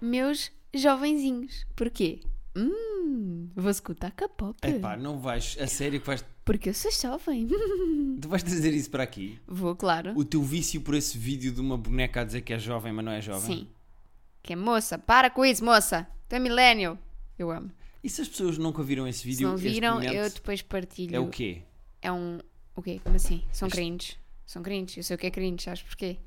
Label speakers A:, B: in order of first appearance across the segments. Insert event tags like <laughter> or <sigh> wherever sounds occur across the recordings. A: meus jovenzinhos. Porquê? Hum, vou escutar K-pop.
B: Epá, não vais. A sério que vais.
A: Porque eu sou jovem. <laughs>
B: Tu vais trazer isso para aqui?
A: Vou, claro.
B: O teu vício por esse vídeo de uma boneca a dizer que é jovem, mas não é jovem?
A: Sim. Que é moça, para com isso, moça. Tu é millennial. Eu amo.
B: E se as pessoas nunca viram esse
A: Se
B: vídeo?
A: não
B: este
A: viram,
B: momento
A: eu depois partilho.
B: É o quê?
A: É um. O quê? Como assim? São
B: Este-
A: cringe. São cringe. Eu sei o que é cringe, sabes
B: <laughs>
A: porquê?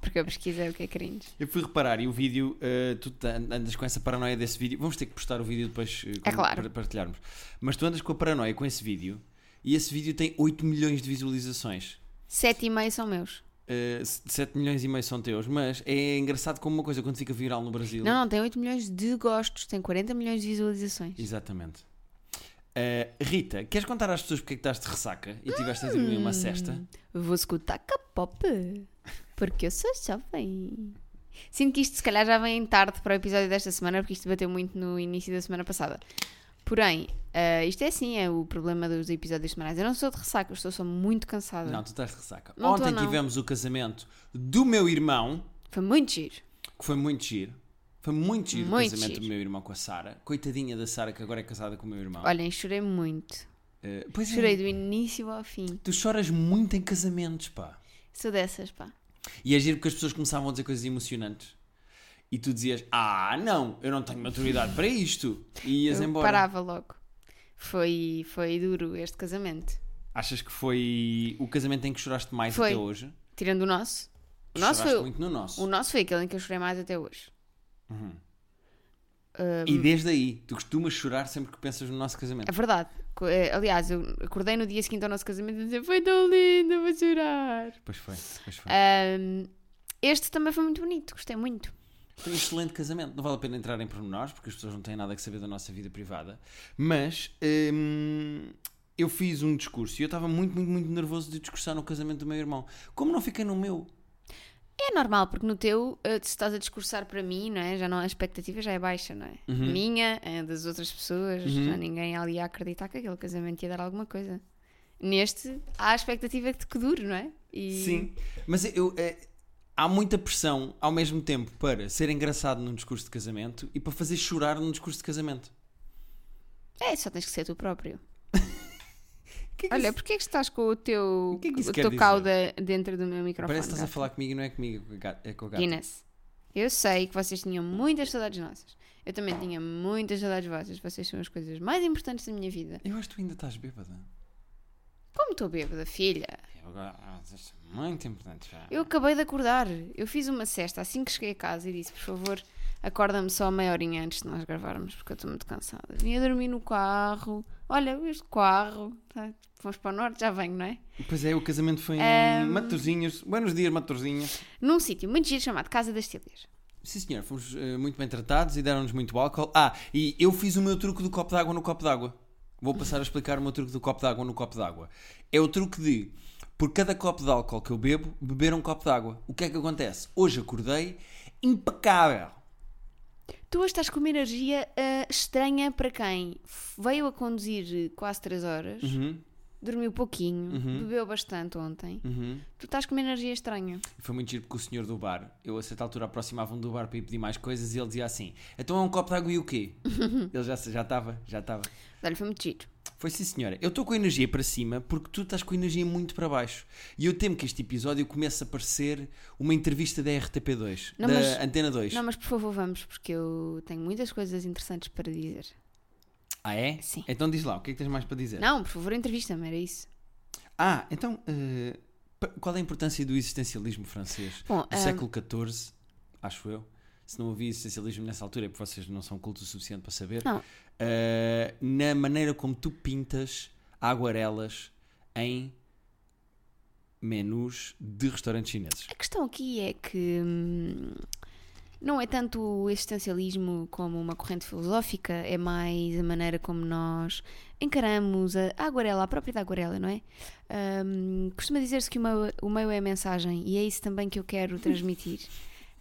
A: Porque eu pesquisei o que é cringe.
B: Eu fui reparar e o vídeo, eh, tu ta- andas com essa paranoia desse vídeo. Vamos ter que postar o vídeo depois eh, quando-
A: É claro.
B: para partilharmos. Mas tu andas com a paranoia com esse vídeo e esse vídeo tem 8 milhões de visualizações.
A: Sete e meio são meus.
B: Eh, s- 7 milhões e meio são teus, mas é engraçado como uma coisa quando fica viral no Brasil.
A: Não, não, tem 8 milhões de gostos, tem 40 milhões de visualizações.
B: Exatamente. Eh, Rita, queres contar às pessoas porque é que estás de ressaca e tiveste a dormir
A: Hum,
B: uma cesta?
A: Vou escutar K-pop. Porque eu sou jovem. Sinto que isto se calhar já vem tarde para o episódio desta semana, porque isto bateu muito no início da semana passada. Porém, ah, isto é assim, é o problema dos episódios semanais. Eu não sou de ressaca, eu estou só muito cansada.
B: Não, tu estás de ressaca.
A: Não tô,
B: Ontem
A: não.
B: tivemos o casamento do meu irmão,
A: Foi muito giro.
B: que foi muito giro. Foi muito giro
A: Muito
B: o casamento do
A: giro.
B: meu irmão com a Sara. Coitadinha da Sara, que agora é casada com o meu irmão.
A: Olhem, chorei muito.
B: Eh, pois é.
A: Chorei do início ao fim.
B: Tu choras muito em casamentos, pá.
A: Sou dessas, pá.
B: E é giro porque as pessoas começavam a dizer coisas emocionantes. E tu dizias, ah, não, eu não tenho maturidade para isto. E ias
A: Eu
B: embora.
A: parava logo. Foi, foi duro este casamento.
B: Achas que foi o casamento em que choraste mais
A: Foi.
B: até hoje?
A: Tirando o nosso. O nosso,
B: choraste
A: foi, o-
B: muito no nosso.
A: o nosso foi aquele em que eu chorei mais até hoje.
B: E desde aí, tu costumas chorar sempre que pensas no nosso casamento.
A: É verdade. Co- eh, Aliás, eu acordei no dia seguinte ao nosso casamento e dizia foi tão lindo, vou chorar.
B: Pois foi,
A: É.
B: pois foi.
A: Ahm, este também foi muito bonito, gostei muito.
B: Foi um excelente casamento. Não vale a pena entrar em pormenores, porque as pessoas não têm nada que saber da nossa vida privada. Mas hum, eu fiz um discurso e eu estava muito, muito, muito nervoso de discursar no casamento do meu irmão. Como não fiquei no meu?
A: É normal, porque no teu, eh, se estás a discursar para mim, não é? Já não, a expectativa já é baixa, não é?
B: Uhum.
A: Minha, eh, das outras pessoas, já ninguém ali a acreditar que aquele casamento ia dar alguma coisa. Neste, há a expectativa de que dure, não é? E-
B: Sim. Mas eu. eh, Há muita pressão ao mesmo tempo para ser engraçado num discurso de casamento e para fazer chorar num discurso de casamento.
A: É, só tens que ser tu próprio.
B: Que é que
A: Olha,
B: isso-
A: porquê é que estás com o teu,
B: O que é que isso
A: o
B: quer
A: teu
B: dizer?
A: cauda dentro do meu microfone?
B: parece que estás a
A: gato?
B: falar comigo e não é comigo, é com a gata- é com a gata.
A: Guinness, eu sei que vocês tinham muitas saudades nossas. Eu também tinha muitas saudades vossas. Vocês são as coisas mais importantes da minha vida.
B: Eu acho que tu ainda estás bêbada.
A: Como estou bêbada, filha?
B: Eu agora- ah, isto é muito importante já.
A: Eu acabei de acordar. Eu fiz uma cesta assim que cheguei a casa e disse, por favor, acorda-me só meia horinha antes de nós gravarmos, porque eu estou muito cansada. Vinha dormir no carro. Olha, este carro. tá? Fomos para o norte, já venho, não é?
B: Pois é, o casamento foi em Matosinhos. Buenos dias, Matosinhos.
A: Num sítio muito giro chamado Casa das Tílias.
B: Sim, senhor, fomos eh, muito bem tratados e deram-nos muito álcool. Ah, e eu fiz o meu truque do copo d'água no copo d'água. Vou passar a explicar o meu truque do copo d'água no copo d'água. É o truque de, por cada copo de álcool que eu bebo, beber um copo d'água. O que é que acontece? Hoje acordei impecável.
A: Tu hoje estás com uma energia ah, estranha para quem f- veio a conduzir quase 3 horas, dormiu pouquinho, bebeu bastante ontem. Tu estás com uma energia estranha.
B: E Foi muito giro porque o senhor do bar, eu a certa altura aproximava-me do bar para ir pedir mais coisas e ele dizia assim: então é um copo d'água e o quê? ele já já estava, já estava.
A: Mas Olha, foi muito giro.
B: Foi sim, senhora. Eu estou com a energia para cima porque tu estás com a energia muito para baixo. E eu temo que este episódio comece a parecer uma entrevista da RTP2,
A: Não,
B: da
A: mas-
B: Antena 2.
A: Não, mas por favor, vamos, porque eu tenho muitas coisas interessantes para dizer.
B: Ah, é?
A: Sim.
B: Então diz lá, o que é que tens mais para dizer?
A: Não, por favor, entrevista-me, era isso.
B: Ah, então, eh, pa- qual é a importância do existencialismo francês?
A: Bom,
B: do
A: ah,
B: século XIV, acho eu. Se não havia existencialismo nessa altura é porque vocês não são cultos o suficiente para saber.
A: Não.
B: Eh, na maneira como tu pintas aguarelas em menus de restaurantes chineses.
A: A questão aqui é que hum, não é tanto o existencialismo como uma corrente filosófica, é mais a maneira como nós encaramos a a aguarela, a própria da aguarela, não é? Hum, costuma dizer-se que o meio, o meio é a mensagem e é isso também que eu quero transmitir.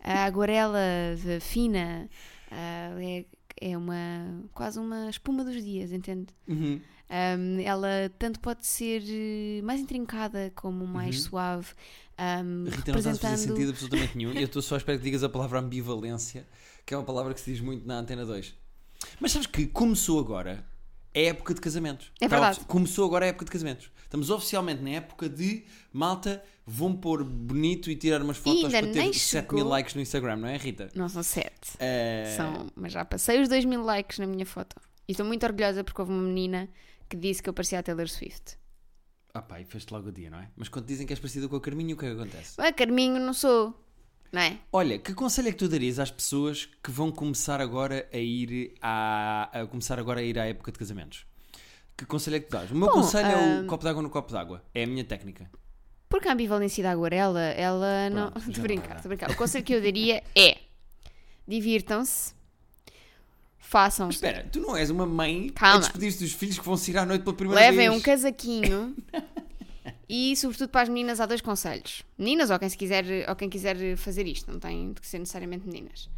A: A aguarela de- fina ah, é, é uma quase uma espuma dos dias, entende?
B: Uhum.
A: Um, ela tanto pode ser eh, mais intrincada como mais suave. ahm,
B: Uhum. Rita, não estás a fazer
A: representando.
B: sentido absolutamente nenhum. Eu estou só à espera que digas a palavra ambivalência, que é uma palavra que se diz muito na Antena 2. Mas sabes que começou agora a época de casamentos.
A: É
B: Está
A: verdade.
B: ofi- Começou agora a época de casamentos. Estamos oficialmente na época de malta, vão pôr bonito e tirar umas fotos
A: ainda
B: para ter
A: nem
B: 7
A: chegou.
B: mil likes no Instagram, não é, Rita?
A: Não são sete.
B: É,
A: São, mas já passei os 2 mil likes na minha foto. E estou muito orgulhosa porque houve uma menina que disse que eu parecia a Taylor Swift.
B: Ah pá, e fez-te logo o dia, não é? Mas quando dizem que és parecida com a Carminho, o que é que acontece?
A: Ah, Carminho, não sou. Não é?
B: Olha, que conselho é que tu darias às pessoas que vão começar agora a ir à, a começar agora a ir à época de casamentos? Que conselho é que tu dás? O meu
A: Bom,
B: conselho é o
A: ah,
B: copo d'água no copo d'água. É a minha técnica.
A: Porque a ambivalência da aguarela, ela não. <laughs>
B: Pronto, já
A: De
B: não
A: brincar,
B: dá.
A: de brincar. O conselho que eu daria é: divirtam-se, façam.
B: Espera, tu não és uma mãe a
A: Calma.
B: despedir-te dos filhos que vão sair à noite pela primeira
A: Levem um
B: vez. <laughs>
A: casaquinho. E sobretudo para as meninas há dois conselhos. Meninas ou quem, se quiser, ou quem quiser fazer isto, não tem de que ser necessariamente meninas.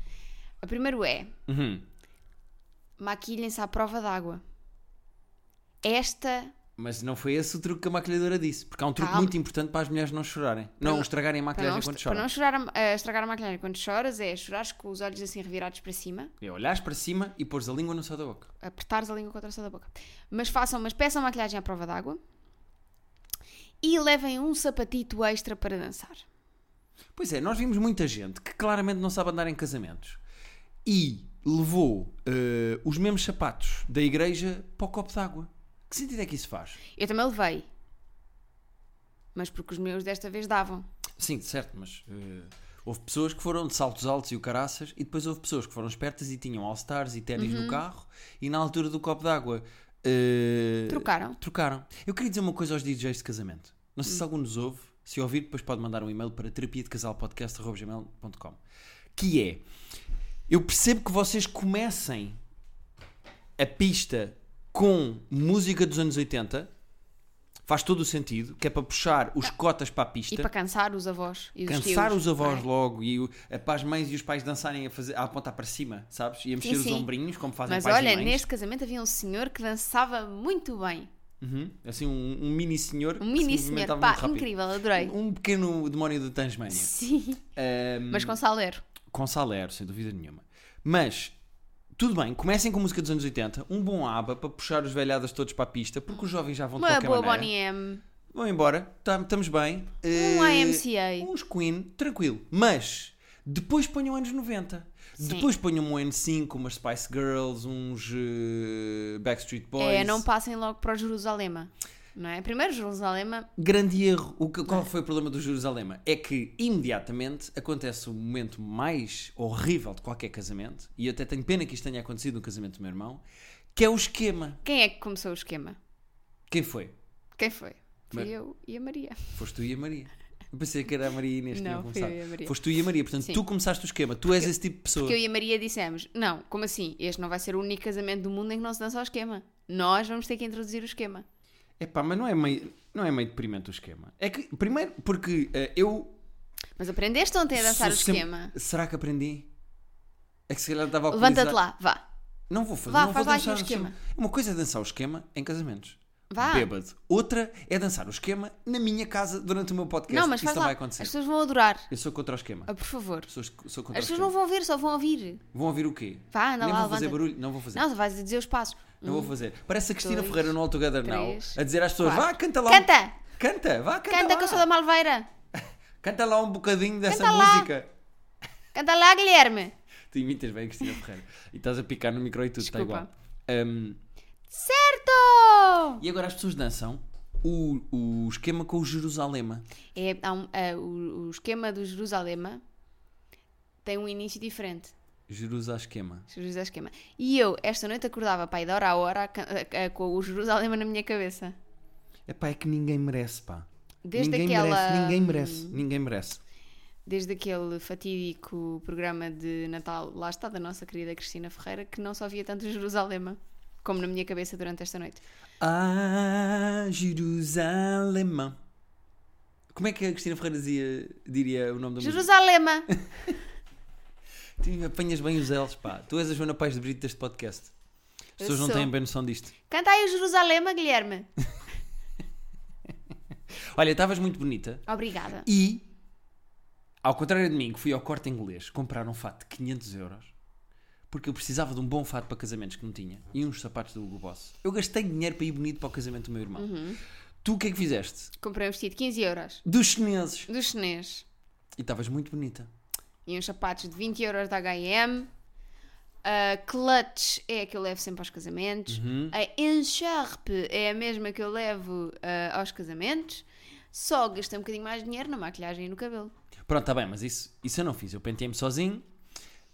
A: O primeiro é
B: Uhum.
A: maquilhem-se à prova d'água. Esta
B: Mas não foi esse o truque que a maquilhadora disse. Porque há um truque
A: Calma.
B: muito importante para as mulheres não chorarem. Não,
A: não-
B: estragarem a
A: Para não,
B: maquilhagem
A: est-
B: quando
A: para
B: choram.
A: não chorar a- a estragar a maquilhagem quando choras é chorares com os olhos assim revirados para cima,
B: É olhares para cima e pôres a língua no céu da boca.
A: apertares a língua contra o céu da boca. Mas façam, mas peçam maquilhagem à prova d'água e levem um sapatito extra para dançar.
B: Pois é, nós vimos muita gente que claramente não sabe andar em casamentos e levou eh, os mesmos sapatos da igreja para o copo d'água. Que sentido é que isso faz?
A: Eu também levei. Mas porque os meus desta vez davam.
B: Sim, certo, mas eh, houve pessoas que foram de saltos altos e o caraças e depois houve pessoas que foram espertas e tinham all-stars e ténis no carro e na altura do copo d'água eh,
A: Trocaram.
B: trocaram. Eu queria dizer uma coisa aos DJs de casamento. Não sei se
A: Hum.
B: algum nos ouve. Se ouvir, depois pode mandar um e-mail para terapia de Que é: Eu percebo que vocês comecem a pista com música dos anos 80. Faz todo o sentido, que é para puxar os cotas para a pista
A: E para cansar os avós e os
B: é cansar
A: tios,
B: os avós
A: não é?
B: logo e o, a- para as mães e os pais dançarem a, fazer, a apontar para cima, sabes? E a mexer os
A: sim.
B: ombrinhos, como fazem
A: Mas
B: pais
A: olha,
B: e mães.
A: neste casamento havia um senhor que dançava muito bem.
B: Uhum. Assim, um, um mini senhor.
A: Um mini senhor. Pá, incrível, adorei.
B: Um pequeno demónio da Tasmania.
A: Sim.
B: Ahm,
A: Mas com salero.
B: com Salero, sem dúvida nenhuma. Mas, tudo bem, comecem com música dos anos 80, um bom aba para puxar os velhadas todos para a pista, porque os jovens já vão de
A: Uma
B: qualquer
A: boa
B: maneira.
A: Bonnie M.
B: Vão embora, tá, estamos bem.
A: Um
B: Eh,
A: AMCA.
B: Uns Queen, tranquilo. Mas depois ponham anos 90. Depois ponham um N5, umas Spice Girls, uns eh, Backstreet Boys.
A: É, não passem logo para o Jerusalema. Não é? Primeiro Jerusalema,
B: Grande erro. O que,
A: É.
B: qual foi o problema do Jerusalém? É que imediatamente acontece o momento mais horrível de qualquer casamento, e eu até tenho pena que isto tenha acontecido no casamento do meu irmão, que é o esquema.
A: quem é que começou o esquema?
B: Quem foi?
A: Quem foi? Fui
B: Mas-
A: eu e a Maria.
B: Foste tu e a Maria. Eu pensei que era a Maria e Inês que
A: Não,
B: tinham
A: fui
B: começado.
A: eu e a Maria.
B: Foste tu e a Maria, portanto,
A: Sim.
B: tu começaste o esquema, tu és esse tipo de pessoa.
A: Que eu e a Maria dissemos: não, como assim? Este não vai ser o único casamento do mundo em que não se dança o esquema. Nós vamos ter que introduzir o esquema.
B: Epá, mas não é meio, não é meio deprimente o esquema. É que, primeiro, porque eh, eu.
A: Mas aprendeste ontem a dançar
B: sou
A: o
B: sempre-
A: esquema?
B: Será que aprendi? É que se calhar estava a
A: Levanta-te lá, vá.
B: Não vou fazer,
A: Vá,
B: não
A: faz
B: vou
A: lá aqui
B: dançar
A: o esquema.
B: Uma coisa é dançar o esquema em casamentos.
A: Vá.
B: Bêbado. Outra é dançar o esquema na minha casa durante o meu podcast.
A: Não, mas
B: Isso
A: faz
B: não
A: lá.
B: vai
A: As
B: acontecer.
A: pessoas vão adorar.
B: Eu sou contra o esquema.
A: Ah, por favor.
B: Sou, sou contra
A: As
B: o
A: pessoas
B: esquema.
A: não vão ver, só vão ouvir.
B: Vão ouvir o quê?
A: Vá, anda
B: Nem
A: lá,
B: vou fazer
A: levanta-te.
B: barulho. Não vou fazer.
A: Não, tu vais dizer os passos.
B: Não é. vou fazer. Parece a Cristina
A: dois,
B: Ferreira no All Together
A: três,
B: Now a dizer às pessoas:
A: quatro.
B: vá, canta lá. um-
A: Canta!
B: Canta, vá, canta.
A: Canta
B: lá.
A: que eu sou da Malveira!
B: Canta lá um bocadinho dessa
A: Canta lá.
B: música.
A: Canta lá, Guilherme!
B: Tu imitas bem a Cristina Ferreira. E estás a picar no micro e tudo, está
A: Desculpa.
B: igual. Ahm,
A: Certo!
B: e agora as pessoas dançam o, o esquema com o Jerusalema.
A: É, há um- ah, o, o esquema do Jerusalema tem um início diferente.
B: Jerusalém esquema.
A: Jerusalém esquema. E eu, esta noite, acordava para ir de hora a hora a can- a- a- com o Jerusalém na minha cabeça.
B: Epá, é que ninguém merece, pá.
A: Desde
B: ninguém
A: aquela- Hum.
B: merece, ninguém merece, ninguém merece.
A: Desde aquele fatídico programa de Natal, lá está, da nossa querida Cristina Ferreira, que não só via tanto Jerusalema como na minha cabeça durante esta noite.
B: Ah, Jerusalema. Como é que a Cristina Ferreira dizia, diria o nome da música?
A: Jerusalema!
B: Tu apanhas bem os elos, pá. Tu és a Joana Paz de Brito deste podcast. As
A: Eu
B: pessoas não
A: sou.
B: têm bem noção disto.
A: Canta aí o Jerusalema, Guilherme!
B: Olha, estavas muito bonita.
A: Obrigada.
B: E Ao contrário de mim, que fui ao corte inglês comprar um fato de 500 euros, porque eu precisava de um bom fato para casamentos que não tinha, e uns sapatos do Hugo Boss. Eu gastei dinheiro para ir bonito para o casamento do meu irmão.
A: Uhum.
B: Tu o que é que fizeste?
A: Comprei um vestido de 15 euros
B: Dos chineses.
A: do chinês
B: E estavas muito bonita.
A: e uns sapatos de 20 euros da H&M. A Clutch é a que eu levo sempre aos casamentos.
B: Uhum.
A: A Encharp é a mesma que eu levo ah, aos casamentos. Só gastei um bocadinho mais de dinheiro na maquilhagem e no cabelo.
B: Pronto, está bem, mas isso, isso eu não fiz. Eu pentei-me sozinho.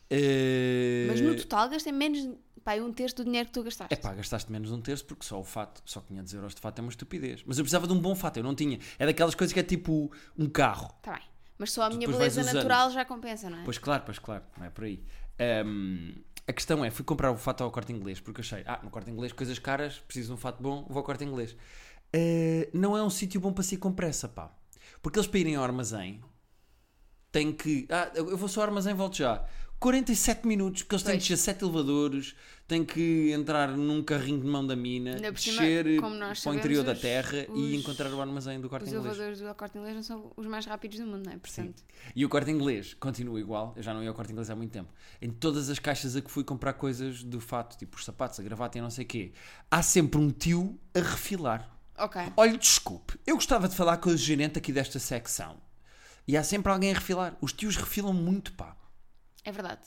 B: Eh,
A: Mas no total gastei menos, pá, um terço do dinheiro que tu gastaste.
B: É pá, gastaste menos de um terço porque só o fato, só 500 euros de fato é uma estupidez. Mas eu precisava de um bom fato, eu não tinha. É daquelas coisas que é tipo um carro.
A: Tá bem. Mas só a minha
B: depois
A: beleza
B: vais usando.
A: natural já compensa, não é?
B: Pois claro, pois claro, não é por aí. Ahm, a questão é, fui comprar o fato ao corte inglês porque achei, ah, no corte inglês coisas caras, preciso de um fato bom, vou ao corte inglês. Ah, não é um sítio bom para sair com pressa, pá. Porque eles para irem ao armazém têm que. Ah, eu eu vou só ao armazém, volto já. 47 minutos, porque eles têm
A: Pois.
B: que descer 7 elevadores, têm que entrar num carrinho de mão da mina,
A: Ainda por cima,
B: descer
A: como nós
B: para o
A: sabemos,
B: interior da
A: os-
B: terra
A: os-
B: e encontrar o armazém do corte
A: Os
B: inglês.
A: elevadores do corte inglês não são os mais rápidos do mundo, não é? Portanto,
B: E o corte inglês continua igual. Eu já não ia ao corte inglês há muito tempo. Em todas as caixas a que fui comprar coisas do fato, tipo os sapatos, a gravata e não sei o quê, há sempre um tio a refilar.
A: ok.
B: Olha, desculpe, eu gostava de falar com o gerente aqui desta secção. E há sempre alguém a refilar. Os tios refilam muito, pá.
A: É verdade.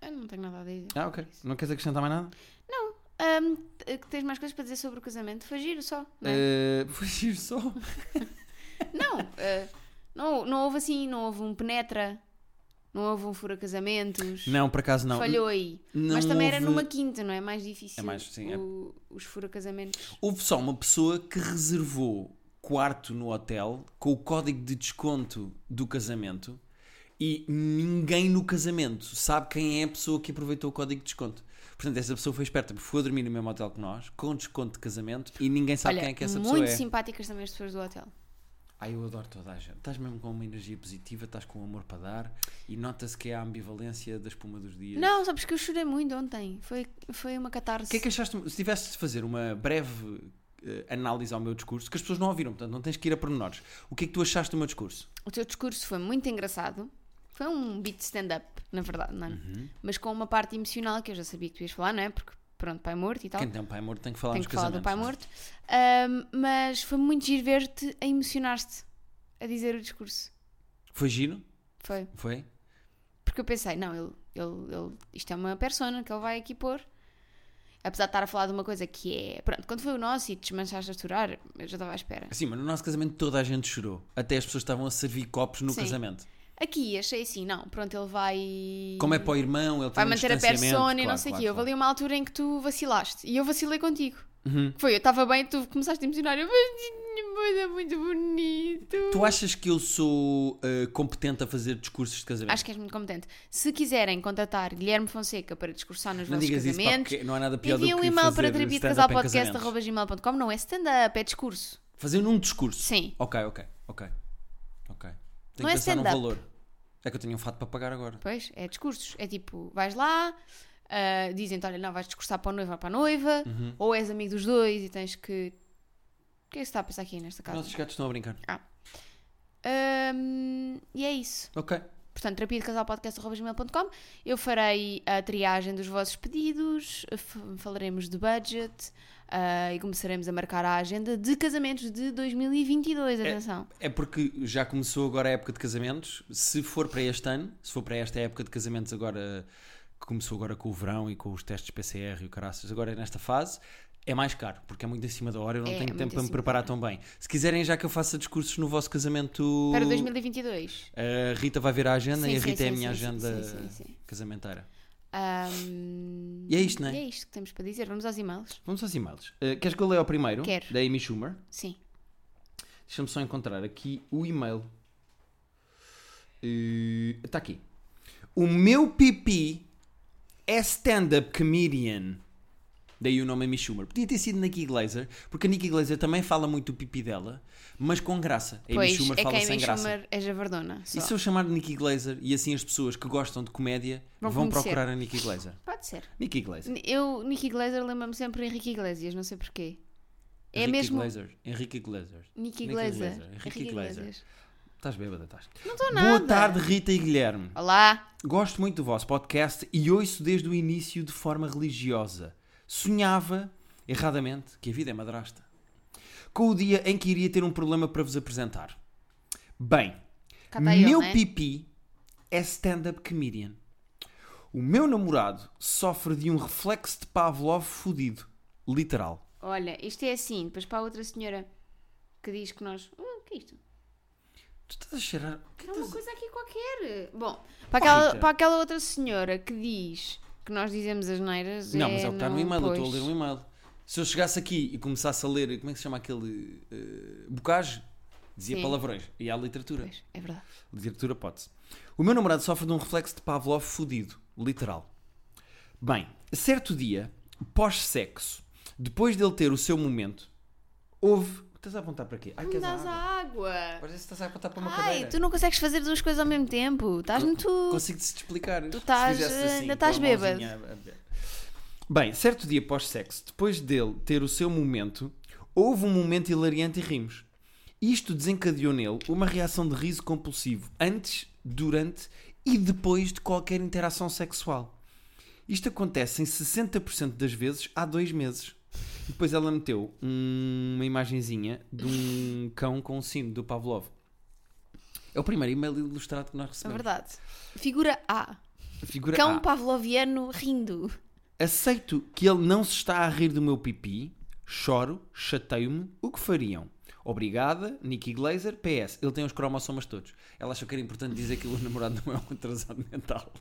A: Eu não tenho nada a dizer.
B: Ah, ok. Não queres acrescentar mais nada?
A: Não. Ahm, t- tens mais coisas para dizer sobre o casamento? Foi giro só. Não, é?
B: Eh, Vou ir só.
A: não, ah, não, não houve assim, não houve um penetra, não houve um fura casamentos.
B: Não, por acaso não.
A: Falhou aí.
B: não
A: Mas também era
B: houve-
A: numa quinta, não é? Mais difícil.
B: É mais, sim, é-
A: o- Os fura casamentos.
B: Houve só uma pessoa que reservou quarto no hotel com o código de desconto do casamento e ninguém no casamento sabe quem é a pessoa que aproveitou o código de desconto. Portanto, essa pessoa foi esperta porque foi dormir no mesmo hotel que nós, com desconto de casamento e ninguém sabe
A: Olha,
B: quem é que essa pessoa
A: muito
B: é.
A: simpáticas também as pessoas do hotel.
B: Ai, eu adoro toda a gente. Estás mesmo com uma energia positiva, estás com um amor para dar e nota-se que é a ambivalência da espuma dos dias.
A: Não, sabes que eu chorei muito ontem. Foi, foi uma catarse.
B: O que é que achaste? Se tivesse de fazer uma breve eh, análise ao meu discurso, que as pessoas não ouviram, portanto não tens que ir a pormenores. O que é que tu achaste do meu discurso?
A: O teu discurso foi muito engraçado. Foi um beat stand-up, na verdade, não é?
B: Uhum.
A: Mas com uma parte emocional que eu já sabia que tu ias falar, não é? Porque, pronto, pai morto e tal.
B: Quem tem um pai morto tem que falar
A: Tenho
B: nos
A: Ah. que falar
B: casamentos.
A: do pai
B: não é?
A: morto. Ahm, mas foi muito giro ver-te a emocionar-te a dizer o discurso.
B: Foi giro?
A: Foi.
B: Foi?
A: Porque eu pensei, não, ele, ele, ele, isto é uma persona que ele vai aqui pôr. Apesar de estar a falar de uma coisa que é. Pronto, quando foi o nosso e te desmanchaste a chorar, eu já estava à espera.
B: Sim, Assim, mas no nosso casamento toda a gente chorou. Até as pessoas estavam a servir copos no
A: Sim.
B: casamento.
A: Aqui achei assim, não, pronto, ele vai.
B: Como é para o irmão, ele
A: vai
B: tem um
A: manter a
B: distanciamento,
A: persona e não
B: claro,
A: sei o
B: claro,
A: quê. Houve
B: claro.
A: ali uma altura em que tu vacilaste e eu vacilei contigo.
B: Uhum.
A: Que Foi, eu estava bem, tu começaste a emocionar. Eu, mas é muito bonito.
B: Tu achas que eu sou eh, competente a fazer discursos de casamento?
A: Acho que és muito competente. Se quiserem contratar Guilherme Fonseca para discursar nos
B: não
A: vossos
B: digas isso, pá,
A: casamentos,
B: porque não há nada pior do que
A: enviem um e-mail para
B: fazer stand-up em casamentos.
A: tribidecasalpodcast.com. Não é stand-up, é discurso.
B: Fazer num um discurso.
A: Sim.
B: Ok, ok, ok. Ok. Tenho
A: Não é
B: que pensar num
A: stand-up.
B: valor. É que eu tenho um fato para pagar agora.
A: Pois, é discursos. É tipo, vais lá, ah, dizem-te, olha, não, vais discursar para o noivo ou para a noiva,
B: Uhum.
A: ou és amigo dos dois e tens que. O que é que se está a pensar aqui nesta casa?
B: Nossos gatos estão a brincar.
A: Ahm, e é isso.
B: Ok.
A: Portanto, terapia de casal podcast.com. Eu farei a triagem dos vossos pedidos, f- falaremos de budget ah, e começaremos a marcar a agenda de casamentos de 2022. Atenção.
B: É porque já começou agora a época de casamentos. Se for para este ano, se for para esta época de casamentos agora, que começou agora com o verão e com os testes PCR e o caraças, agora é nesta fase, é mais caro, porque é muito acima da hora, eu não
A: É, é
B: tenho
A: muito
B: tempo para me
A: acima
B: preparar
A: da
B: tão bem. Se quiserem já que eu faça discursos no vosso casamento,
A: Para 2022.
B: a Rita vai ver a agenda
A: Sim,
B: e a
A: sim,
B: Rita é a
A: sim,
B: minha
A: sim, sim,
B: agenda
A: sim, sim, sim.
B: casamenteira.
A: Ahm,
B: E é isto, não é?
A: E é isto que temos para dizer. Vamos aos e-mails?
B: Vamos aos e-mails. Eh, queres que eu leia o primeiro?
A: Quero.
B: Da Amy Schumer.
A: Sim.
B: Deixa-me só encontrar aqui o e-mail. Eh, Está aqui. O meu pipi é stand-up comedian. Daí o nome Amy Schumer. Podia ter sido Nikki Glaser, porque a Nikki Glaser também fala muito do pipi dela, mas com graça. A Amy
A: pois,
B: Schumer
A: é que
B: fala
A: a
B: sem
A: Amy
B: graça.
A: Schumer é javardona. só.
B: E se eu chamar de Nikki Glaser e assim as pessoas que gostam de comédia
A: Vão
B: vão,
A: conhecer.
B: procurar a Nikki Glaser?
A: Pode ser.
B: Nikki Glaser.
A: N- Eu, Nicky Glaser, lembra-me sempre Henrique Iglesias, não sei porquê. É
B: Henrique
A: mesmo
B: Glaser. Henrique Glaser.
A: Nicky
B: Nicky
A: Glaser.
B: Glaser, Henrique Glaser. Estás bêbada, estás.
A: Não estou nada.
B: Boa tarde, Rita e Guilherme.
A: Olá.
B: Gosto muito do vosso podcast e ouço desde o início de forma religiosa. Sonhava, erradamente, que a vida é madrasta. Com o dia em que iria ter um problema para vos apresentar. Bem,
A: Cá está ele,
B: meu
A: né?
B: pipi é stand-up comedian. O meu namorado sofre de um reflexo de Pavlov fodido. Literal.
A: Olha, isto é assim. Depois para a outra senhora que diz que nós. Hum, o que é isto?
B: Tu estás a cheirar.
A: É uma coisa aqui qualquer. Bom, para aquela,
B: Então, Rita.
A: para aquela outra senhora que diz que nós dizemos as neiras.
B: Não, mas é o que está no
A: não-
B: e-mail, eu
A: pois.
B: estou a ler um e-mail. Se eu chegasse aqui e começasse a ler, como é que se chama aquele eh, bocage? Dizia
A: Sim.
B: palavrões. E há literatura.
A: Pois, é verdade.
B: Literatura pode-se. O meu namorado sofre de um reflexo de Pavlov fudido, literal. Bem, certo dia, pós-sexo, depois dele ter o seu momento, houve. Estás a apontar para quê? Ai,
A: Não
B: queres a
A: dás a
B: água?
A: água.
B: Parece que estás a apontar para uma
A: Ai,
B: cadeira.
A: tu não consegues fazer duas coisas ao mesmo tempo. Estás muito.
B: Consigo-te explicar. assim,
A: Tu estás, eh, ainda estás bêbado.
B: Bem, certo dia pós-sexo, depois dele ter o seu momento, houve um momento hilariante e rimos. Isto desencadeou nele uma reação de riso compulsivo antes, durante e depois de qualquer interação sexual. Isto acontece em 60% das vezes há dois meses. E depois ela meteu hum, uma imagenzinha de um cão com um sino do Pavlov. É o primeiro e-mail ilustrado que nós
A: É
B: recebemos.
A: verdade. Figura A.
B: Figura
A: Cão
B: A.
A: pavloviano rindo.
B: Aceito que ele não se está a rir do meu pipi. Choro, chateio-me. O que fariam? Obrigada, Nicky Glazer. PS, ele tem os cromossomas todos. Ela achou que era importante dizer que o namorado não é um atrasado mental.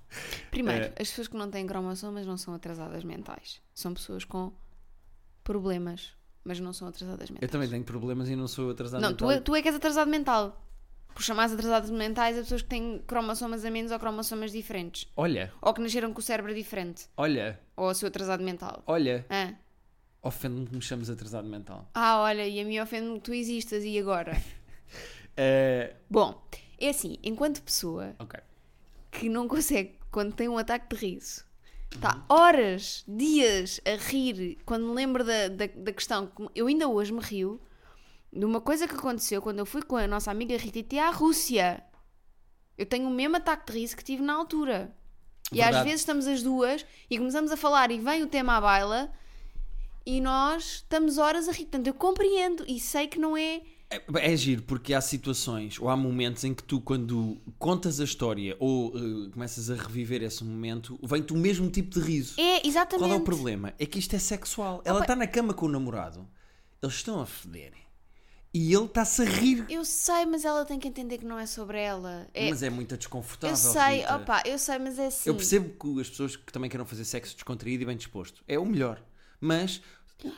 A: Primeiro,
B: É.
A: as pessoas que não têm cromossomas não são atrasadas mentais. São pessoas com problemas, mas não são atrasadas mentais.
B: Eu também tenho problemas e não sou atrasado
A: Não, tu
B: mental.
A: é, tu é que és atrasado mental. Por chamares atrasados mentais a pessoas que têm cromossomas a menos ou cromossomas diferentes.
B: Olha,
A: Ou que nasceram com o cérebro diferente.
B: olha,
A: Ou o seu atrasado mental.
B: olha.
A: Ah,
B: Ofende-me que me chames atrasado mental.
A: ah olha, e a mim ofende-me que tu existas e agora?
B: É,
A: Bom, é assim, enquanto pessoa
B: ok.
A: que não consegue quando tem um ataque de riso. Está horas, dias a rir quando me lembro da, da, da questão. que Eu ainda hoje me rio de uma coisa que aconteceu quando eu fui com a nossa amiga Rita até à Rússia. Eu tenho o mesmo ataque de riso que tive na altura. E às
B: Verdade.
A: vezes estamos as duas e começamos a falar e vem o tema à baila e nós estamos horas a rir. Portanto, eu compreendo e sei que não é.
B: É, é giro, porque há situações ou há momentos em que tu, quando contas a história ou eh, começas a reviver esse momento, vem-te o mesmo tipo de riso.
A: É, exatamente.
B: Qual é o problema? É que isto é sexual. Ela está na cama com o namorado, eles estão a foder e ele está-se a rir.
A: Eu sei, mas ela tem que entender que não é sobre ela. É,
B: Mas é muito desconfortável.
A: Eu sei,
B: Rita.
A: opa, eu sei, mas é assim.
B: Eu percebo que as pessoas que também queiram fazer sexo descontraído e bem disposto é o melhor. Mas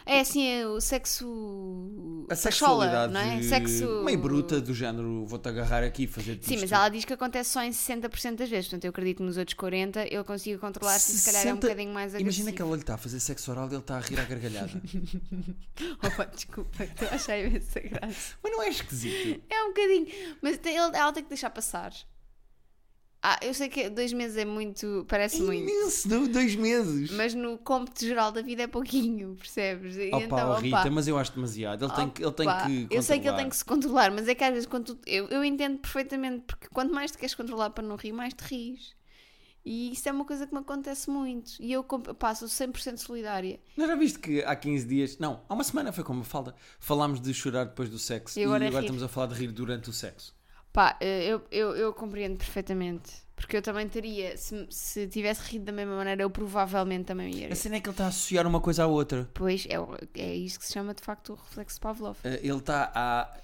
A: É assim, é o sexo. pachola,
B: a sexualidade
A: não é? Sexo.
B: meio bruta do género vou-te agarrar aqui e fazer-te
A: Sim,
B: isto.
A: mas ela diz que acontece só em 60% das vezes. Portanto, eu acredito que nos outros 40% ele consiga controlar-se e se calhar é um
B: 60
A: bocadinho mais agressivo.
B: Imagina que ela lhe está a fazer sexo oral e ele está a rir à
A: <laughs>
B: gargalhada. <laughs>
A: Opa, desculpa, que eu achei imensa graça.
B: mas não é esquisito?
A: É um bocadinho. Mas tem- ele- ela tem que deixar passar. Ah, eu sei que dois meses é muito. Parece
B: É
A: <laughs> muito.
B: imenso, não? Dois meses.
A: Mas no cômputo geral da vida é pouquinho, percebes? E
B: Opa,
A: então,
B: oh,
A: opa.
B: Rita, mas eu acho demasiado. Ele tem, que- ele tem
A: Pá,
B: que
A: Eu sei que ele
B: controlar.
A: tem que se controlar, mas é que às vezes quando tu- eu, eu entendo perfeitamente, porque quanto mais te queres controlar para não rir, mais te ris. E isso é uma coisa que me acontece muito. E eu comp- passo 100% solidária.
B: Não já viste que há 15 dias, não, há uma semana foi como falta, falámos de chorar depois do sexo
A: E
B: e
A: agora
B: agora,
A: é rir.
B: estamos a falar de rir durante o sexo.
A: Pá, eh, eu, eu, eu compreendo perfeitamente. Porque eu também teria, se, se tivesse rido da mesma maneira, eu provavelmente também ia.
B: A
A: rir.
B: cena é que ele está a associar uma coisa à outra.
A: Pois é, o- é isso que se chama de facto o reflexo de Pavlov.
B: Eh, Ele está a, a- a-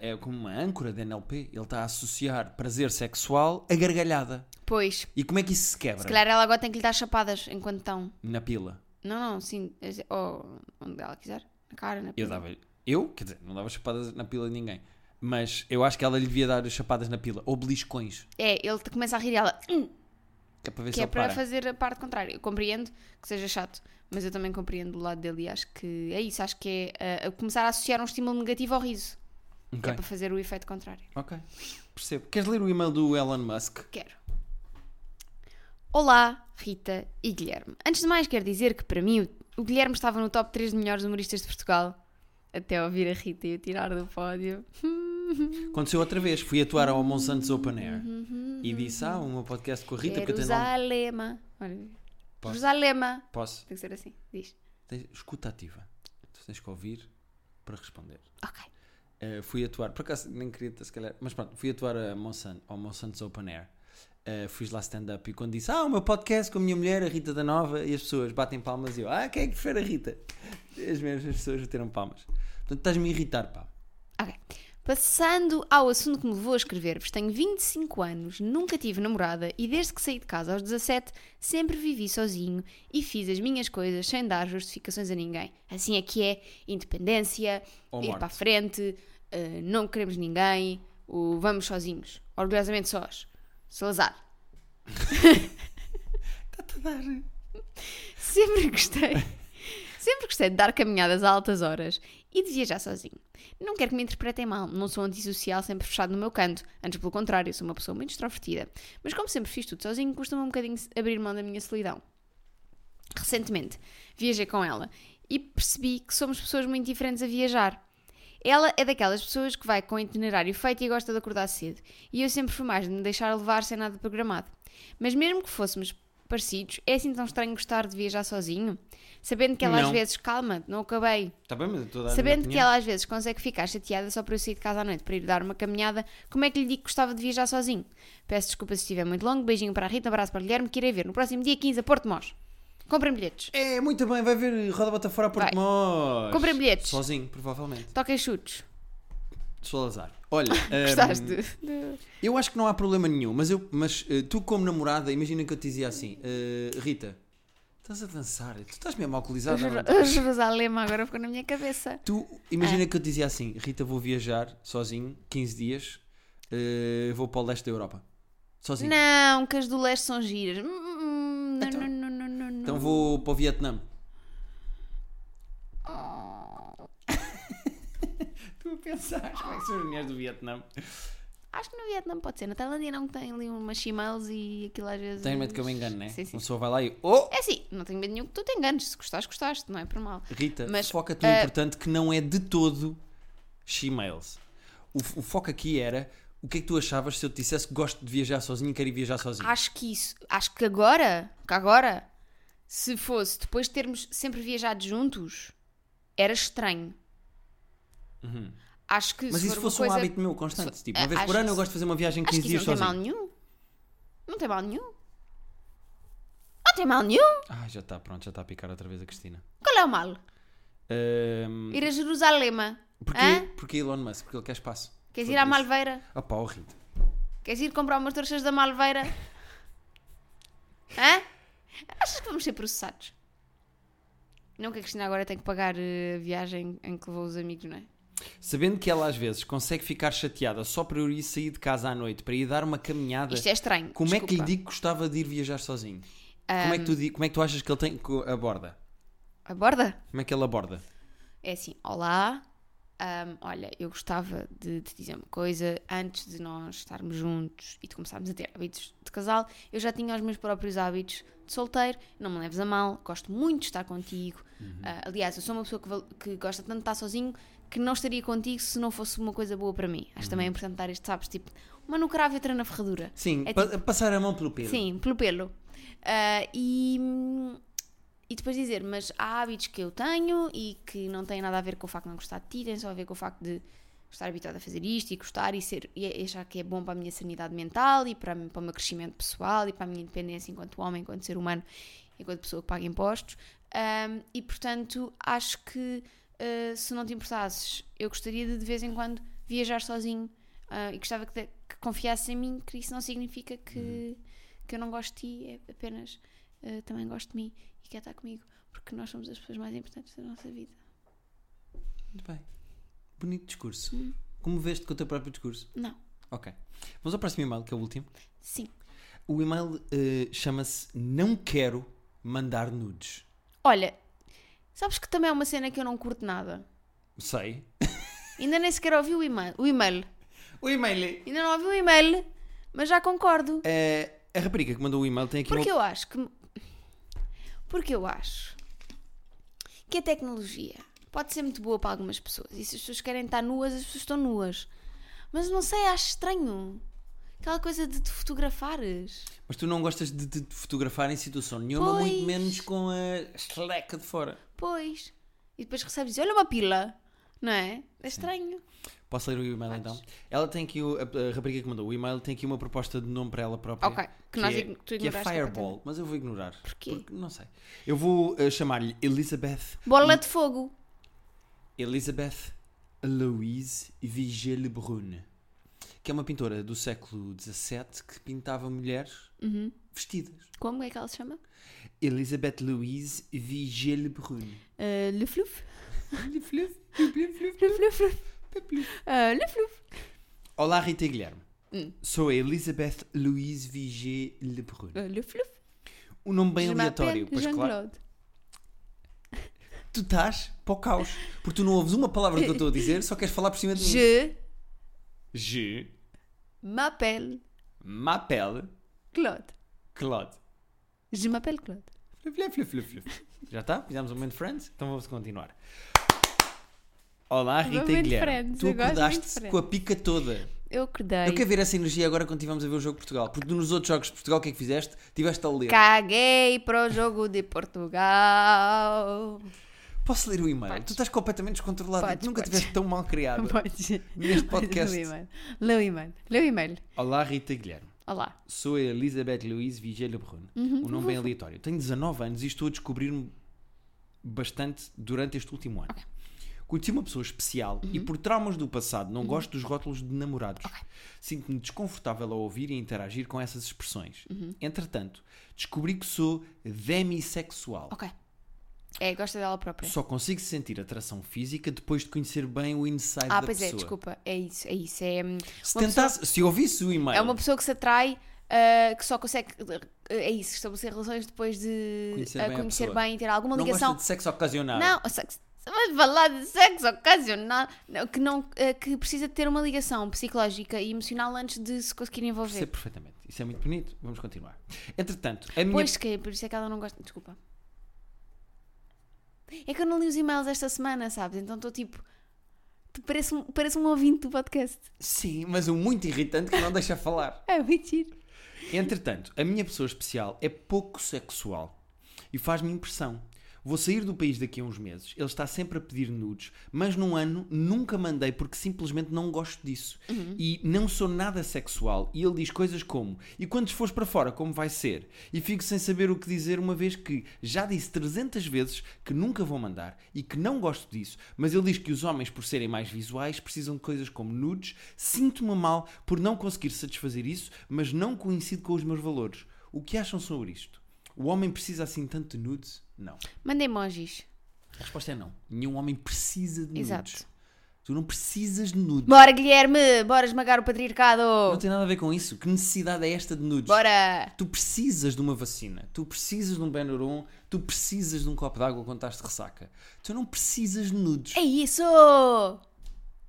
B: É como uma âncora de NLP, ele está a associar prazer sexual a gargalhada.
A: Pois,
B: E como é que isso se quebra?
A: se calhar ela agora tem que lhe dar chapadas enquanto estão.
B: Na pila.
A: Não, não, sim. Ou onde ela quiser. Na cara, na
B: Eu
A: perna.
B: dava. Eu, quer dizer, não dava chapadas na pila a ninguém. Mas eu acho que ela lhe devia dar chapadas na pila, ou beliscões,
A: É, ele te começa a rir e ela. "Hum",
B: que é para ver
A: que
B: se
A: é
B: ele
A: para
B: para.
A: fazer a parte contrária. Eu compreendo que seja chato, mas eu também compreendo do lado dele e acho que é isso. Acho que é uh, a começar a associar um estímulo negativo ao riso. Que
B: Ok,
A: é para fazer o efeito contrário.
B: ok. Percebo. Queres ler o e-mail do Elon Musk?
A: Quero. Olá, Rita e Guilherme. Antes de mais, quero dizer que para mim o- o Guilherme estava no top 3 de melhores humoristas de Portugal. Até ouvir a Rita e o tirar do pódio. Hum.
B: Aconteceu outra vez. Fui atuar
A: Uhum.
B: ao Monsanto's Open Air e disse: Ah, o meu podcast com a Rita, porque eu tenho lá. um
A: Jerusalema. Olha.
B: Posso?
A: Jerusalema.
B: Posso?
A: Tem que ser assim. Diz.
B: Tens- Escuta ativa. Tu tens que ouvir para responder.
A: Ok.
B: Uh, fui atuar, por acaso nem queria, se calhar, mas pronto, fui atuar a Monsanto, ao Monsanto's Open Air. Uh, fiz lá stand-up e quando disse, ah, o meu podcast com a minha mulher, a Rita da Nova, e as pessoas batem palmas e eu, ah, quem é que prefere a Rita? As mesmas pessoas bateram palmas. Portanto, estás-me a irritar, pá.
A: Ok. Passando ao assunto que me levou a escrever-vos, tenho 25 anos, nunca tive namorada e desde que saí de casa aos 17 sempre vivi sozinho e fiz as minhas coisas sem dar justificações a ninguém. Assim é que é independência,
B: Ou
A: ir
B: morte.
A: para a frente, eh, não queremos ninguém, o vamos sozinhos, orgulhosamente sós.
B: <laughs>
A: Salazar.
B: Está-te a dar.
A: Sempre gostei. Sempre gostei de dar caminhadas a altas horas e de viajar sozinho. Não quero que me interpretem mal, não sou antissocial sempre fechado no meu canto, antes pelo contrário, sou uma pessoa muito extrovertida. Mas como sempre fiz tudo sozinho, custa-me um bocadinho abrir mão da minha solidão. Recentemente, viajei com ela e percebi que somos pessoas muito diferentes a viajar. Ela é daquelas pessoas que vai com o itinerário feito e gosta de acordar cedo, e eu sempre fui mais de me deixar levar sem nada programado. Mas mesmo que fôssemos parecidos, é assim tão estranho gostar de viajar sozinho? Sabendo que ela às
B: Não.
A: vezes, calma, não acabei,
B: Está Tá bem, mas eu estou a dar a minha
A: Sabendo que
B: opinião.
A: ela às vezes consegue ficar chateada só por eu sair de casa à noite para ir dar uma caminhada, como é que lhe digo que gostava de viajar sozinho? Peço desculpa se estiver muito longo, beijinho para a Rita, abraço para o Guilherme, que irei ver no próximo dia 15 a Porto Mós. Comprem bilhetes,
B: É, muito bem, vai ver Roda Bota Fora a
A: Vai.
B: Porto Mós.
A: Comprem bilhetes.
B: Sozinho, provavelmente.
A: toquem chutes.
B: Sou azar. Olha, hum,
A: <laughs> Gostaste? de-
B: eu acho que não há problema nenhum, mas, eu, mas eh, tu, como namorada, imagina que eu te dizia assim: eh, Rita, estás a dançar, tu estás mesmo alcoolizada. não
A: <laughs> Jer-
B: estás?"
A: Jerusalém agora ficou na minha cabeça.
B: Tu
A: É.
B: imagina que eu te dizia assim: Rita, vou viajar sozinho, 15 dias, eh, vou para o leste da Europa. Sozinho.
A: Não, que as do leste são giras. Hum, hum, Não,
B: Então-
A: não, não, não, não, não.
B: Então vou para o Vietnã.
A: Oh,
B: Tu a pensar, como é que são as mulheres do Vietnã?
A: acho que no Vietnã pode ser. Na Tailândia não que tem ali umas chimales e aquilo às vezes.
B: Tenho medo que eu me engane, né?
A: Sim, sim.
B: Uma pessoa vai lá e. Oh!
A: É assim, não tenho medo nenhum que tu te enganes. Se gostaste, gostaste, não é por mal.
B: Rita,
A: Mas,
B: foca-te no
A: eh,
B: importante que não é de todo she-mails. O, f- o foco aqui era o que é que tu achavas se eu te dissesse que gosto de viajar sozinho e quero ir viajar sozinho.
A: Acho que isso, acho que agora, que agora, se fosse depois de termos sempre viajado juntos, era estranho. Acho que
B: Uhum. Mas
A: se
B: isso
A: for
B: fosse
A: uma
B: um
A: coisa,
B: hábito meu constante.
A: se-
B: Tipo, uma vez
A: acho
B: por ano eu
A: isso-
B: gosto de fazer uma viagem
A: Acho
B: 15
A: que isso
B: dias
A: não tem mal
B: sozinho.
A: nenhum. Não tem mal nenhum. Não tem mal nenhum.
B: Ah, já está, pronto, já está a picar outra vez a Cristina.
A: Qual é o mal?
B: Ahm,
A: Ir a Jerusalém.
B: Porquê,
A: Hã?
B: porquê Elon Musk? Porque ele quer espaço.
A: Queres
B: Foi
A: ir à
B: por isso.
A: Malveira?
B: Ah pá, oh, Rita.
A: Queres ir comprar umas trouxas da Malveira? Hã? Achas que vamos ser processados? Não que a Cristina agora tem que pagar eh, a viagem em que levou os amigos, não é?
B: Sabendo que ela às vezes consegue ficar chateada só para eu ir sair de casa à noite para ir dar uma caminhada,
A: Isto é estranho.
B: como é que lhe
A: desculpa.
B: digo que gostava de ir viajar sozinho? Como, é que tu, di- como é que tu achas que ele tem que aborda?
A: Aborda?
B: Como é que ele aborda?
A: É assim, olá. ahm, olha, eu gostava de te dizer uma coisa. Antes de nós estarmos juntos e de começarmos a ter hábitos de casal, eu já tinha os meus próprios hábitos de solteiro. Não me leves a mal, gosto muito de estar contigo. Ah, aliás, eu sou uma pessoa que, val- que gosta tanto de estar sozinho que não estaria contigo se não fosse uma coisa boa para mim. Acho também é importante dar este, sabes? Tipo, uma no cravo e outra na ferradura.
B: Sim,
A: É
B: pa- passar a mão pelo pelo.
A: Sim, pelo pelo. Ah, e, e depois dizer, mas há hábitos que eu tenho e que não têm nada a ver com o facto de não gostar de ti, têm só a ver com o facto de estar habituada a fazer isto e gostar e, ser, e achar que é bom para a minha sanidade mental e para, para o meu crescimento pessoal e para a minha independência enquanto homem, enquanto ser humano, enquanto pessoa que paga impostos. Ahm, e portanto, acho que ah, se não te importasses, eu gostaria de de vez em quando viajar sozinho ah, e gostava que, te- que confiasses em mim, que isso não significa que que eu não gosto de ti, é apenas eh, também gosto de mim e quer estar comigo, porque nós somos as pessoas mais importantes da nossa vida.
B: Muito bem. Bonito discurso. Como veste com o teu próprio discurso?
A: Não,
B: Ok. Vamos ao próximo e-mail, que é o último.
A: sim.
B: O e-mail eh, chama-se Não Quero Mandar Nudes.
A: Olha, sabes que também é uma cena que eu não curto nada.
B: Sei.
A: Ainda nem sequer ouvi o e-mail. O e-mail.
B: O e-mail
A: Ainda não ouvi o e-mail, mas já concordo.
B: é. a rapariga que mandou o e-mail tem aqui
A: Porque
B: uma...
A: eu acho que. Porque eu acho que a tecnologia pode ser muito boa para algumas pessoas. E se as pessoas querem estar nuas, as pessoas estão nuas. Mas não sei, acho estranho. Aquela coisa de te fotografares.
B: Mas tu não gostas de te fotografar em situação nenhuma,
A: Pois.
B: muito menos com a esteleca de fora.
A: Pois. E depois recebes, olha uma pila. Não é? É estranho.
B: Posso ler o e-mail então? Ela tem aqui, o- a, a rapariga que mandou o e-mail tem aqui uma proposta de nome para ela própria.
A: Ok, que nós
B: é,
A: ign- tu
B: que é
A: ignoraste
B: Fireball, mas eu vou ignorar.
A: Porquê?
B: Porque não sei. Eu vou eh, chamar-lhe Elizabeth.
A: Bola de fogo.
B: Elizabeth Louise Vigée Lebrun, que é uma pintora do século XVII que pintava mulheres
A: Uhum.
B: vestidas.
A: Como é que ela se chama?
B: Elizabeth Louise Vigée Lebrun.
A: Eh, le fluf. <laughs>
B: Olá,
A: Fluf, fluf, fluf. Eh, le fluf.
B: Rita e Guilherme.
A: Hum.
B: Sou a Elizabeth Louise Vigée Lebrun.
A: Eh, le fluf.
B: Um nome bem
A: Je
B: aleatório.
A: m'appelle
B: Pois claro.
A: Jean-Claude.
B: Tu estás para o caos. Porque tu não ouves uma palavra do que eu estou a dizer, só queres falar por cima de mim.
A: Je
B: Je
A: m'appelle
B: m'appelle
A: Claude.
B: Claude.
A: Je m'appelle Claude.
B: Flip, flip, flip, flip. Já está? Fizemos um momento Friends? Então vamos continuar. Olá, Rita e
A: Momento
B: Guilherme.
A: Friends,
B: tu
A: eu gosto de
B: acordaste
A: Momento
B: com a pica toda.
A: Eu acordei.
B: Eu quero ver essa energia agora quando estivemos a ver o jogo de Portugal. Porque nos outros jogos de Portugal, o que é que fizeste? Tiveste a ler.
A: Caguei para o jogo de Portugal.
B: Posso ler o e-mail?
A: Podes.
B: Tu estás completamente descontrolado.
A: Podes,
B: tu nunca
A: podes.
B: estiveste tão mal criado.
A: <laughs> Pode.
B: Neste podcast.
A: Lê o e-mail. Lê o e-mail. Lê o e-mail.
B: Olá, Rita e Guilherme.
A: Olá.
B: Sou a Elizabeth Louise Vigée Lebrun.
A: Uhum.
B: Um nome bem aleatório. Tenho 19 anos e estou a descobrir-me bastante durante este último ano. Conheci uma pessoa especial e,
A: Uhum.
B: por traumas do passado, não gosto dos rótulos de namorados. Sinto-me desconfortável ao ouvir e interagir com essas expressões.
A: Uhum.
B: Entretanto, descobri que sou demissexual.
A: Ok. É, gosta dela própria.
B: Só consigo sentir atração física depois de conhecer bem o inside
A: Ah,
B: da
A: pois
B: pessoa.
A: é, desculpa. É isso, é isso. É, hum, uma
B: Se,
A: pessoa,
B: tentasse, se ouvisse o e-mail,
A: é uma pessoa que se atrai, ah, que só consegue. ah, é isso, estabelecer relações depois de
B: Conhecer
A: ah,
B: bem a
A: conhecer
B: pessoa.
A: bem, ter alguma
B: não
A: ligação.
B: gosta de sexo ocasional.
A: Não, o sexo. Mas falar de sexo ocasional não, que, não, ah, que precisa de ter uma ligação psicológica e emocional antes de se conseguir envolver.
B: Percebo perfeitamente. Isso é muito bonito. Vamos continuar. Entretanto, a minha.
A: Pois que, por isso é que ela não gosta. Desculpa. É que eu não li os e-mails esta semana, sabes? Então estou tipo. tu Parece um, parece um ouvinte do podcast. <laughs>
B: Sim, mas um muito irritante que não deixa falar.
A: É mentira.
B: Entretanto, a minha pessoa especial é pouco sexual e faz-me impressão. Vou sair do país daqui a uns meses. Ele está sempre a pedir nudes, mas num ano nunca mandei porque simplesmente não gosto disso. E não sou nada sexual. E ele diz coisas como: E quando fores para fora, como vai ser? E fico sem saber o que dizer, uma vez que já disse 300 vezes que nunca vou mandar e que não gosto disso. Mas ele diz que os homens, por serem mais visuais, precisam de coisas como nudes. Sinto-me mal por não conseguir satisfazer isso, mas não coincido com os meus valores. O que acham sobre isto? O homem precisa assim tanto de nudes? Não.
A: Manda emojis.
B: A resposta é não. Nenhum homem precisa de nudes.
A: Exato.
B: Tu não precisas de nudes.
A: Bora, Guilherme! Bora esmagar o patriarcado!
B: Não tem nada a ver com isso. Que necessidade é esta de nudes?
A: Bora!
B: Tu precisas de uma vacina. Tu precisas de um Benuron. Tu precisas de um copo de água quando estás de ressaca. Tu não precisas de nudes.
A: É isso!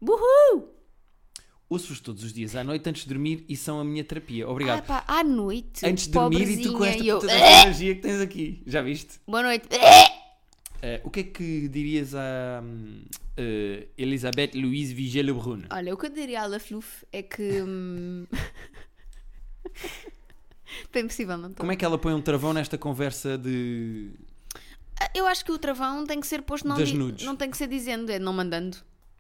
A: Uhul!
B: Ouço-vos todos os dias à noite antes de dormir e são a minha terapia. Obrigado.
A: Ah, pá, à noite.
B: antes de dormir e tu com
A: pobrezinha,
B: esta
A: e eu, "Ah,
B: puta desta energia que tens aqui. Já viste?
A: Boa noite.
B: Eh, o que é que dirias a hum, eh, Elizabeth Louise Vigée Lebrun?
A: Olha, o que eu diria à La Fluff é que. hum, <laughs> Bem possível, não estou.
B: Como é que ela põe um travão nesta conversa de...
A: Eu acho que o travão tem que ser posto não,
B: Das
A: di-
B: nudes.
A: não tem que ser dizendo, é não mandando.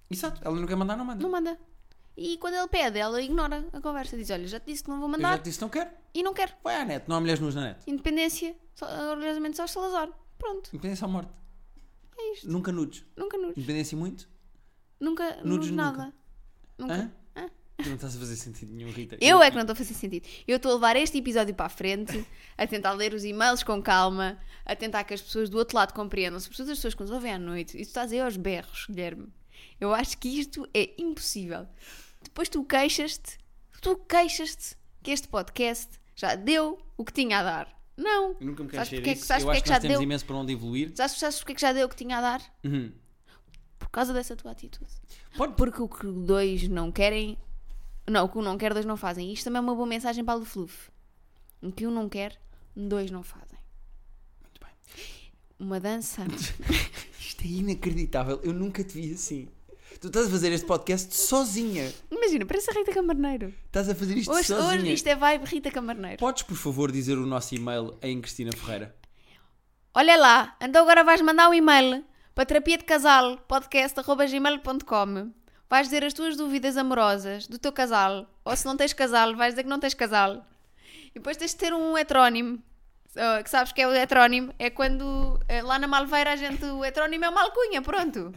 B: Exato, ela não quer mandar, não manda.
A: Não manda. E quando ele pede, ela ignora a conversa. Diz: Olha, já te disse que não vou
B: Eu já
A: mandar
B: te disse não quero.
A: e não quero.
B: Vai à net, não há mulheres nuas na net.
A: Independência, só, orgulhosamente só Salazar. Pronto,
B: Independência ou morte.
A: é isto.
B: Nunca nudes.
A: Nunca nudes.
B: Independência e muito.
A: Nunca
B: Nudes
A: nudes nada. Nunca.
B: Hã? Tu não estás a fazer sentido nenhum, Rita.
A: Eu é que não estou a fazer sentido. Eu estou a levar este episódio para a frente, a tentar ler os e-mails com calma, a tentar que as pessoas do outro lado compreendam, sobretudo as pessoas que nos ouvem à noite. E tu estás aí aos berros, Guilherme. Eu acho que isto é impossível. Depois tu queixas-te, tu queixas-te que este podcast já deu o que tinha a dar. Não.
B: Eu Nunca me
A: Sabes
B: queixei
A: porque é que-
B: disso.
A: sabes
B: Eu
A: porque
B: acho
A: é
B: que
A: que
B: nós
A: já
B: temos
A: deu?
B: imenso para onde evoluir.
A: Já sabes porque é que já deu o que tinha a dar?
B: <laughs> Uhum.
A: Por causa dessa tua atitude.
B: Pode.
A: Porque o que dois não querem. Não, o que um não quer, dois não fazem. Isto também é uma boa mensagem para o Fluff. O que um não quer, dois não fazem.
B: Muito bem.
A: Uma dança. <laughs>
B: Isto é inacreditável. Eu nunca te vi assim. Tu estás a fazer este podcast sozinha.
A: Imagina, parece a Rita Camarneiro.
B: Estás a fazer isto
A: Hoje,
B: sozinha.
A: hoje isto é vibe Rita Camarneiro.
B: Podes, por favor, dizer o nosso e-mail em Cristina Ferreira?
A: Olha lá, então agora vais mandar um e-mail para terapia de casal podcast.gmail.com Vais dizer as tuas dúvidas amorosas do teu casal, ou se não tens casal, vais dizer que não tens casal. E depois tens de ter um heterónimo, ah, que sabes que é o heterónimo, é quando eh, lá na Malveira a gente, o heterónimo é uma alcunha, pronto.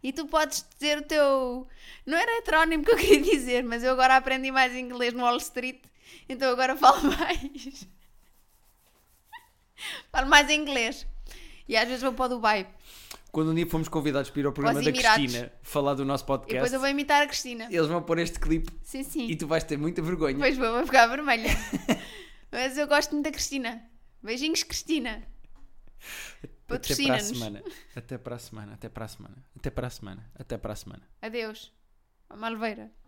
A: E tu podes dizer o teu. Não era heterónimo que eu queria dizer, mas eu agora aprendi mais inglês no Wall Street, então agora falo <laughs> mais. Falo mais em inglês. E às vezes vou para o Dubai.
B: Quando um dia fomos convidados para ir ao programa
A: Aos
B: da
A: Emirados.
B: Cristina falar do nosso
A: E depois
B: podcast,
A: eu vou imitar a Cristina.
B: eles vão pôr este clipe
A: Sim,
B: e
A: sim.
B: tu vais ter muita vergonha.
A: Depois vou, vou ficar
B: <laughs>
A: vermelha. Mas eu gosto muito da Cristina. Beijinhos, Cristina.
B: Até para a
A: Patrocina-nos.
B: semana. Até para a semana. Até para a semana. Até para a semana. Até para a semana.
A: Adeus. Malveira.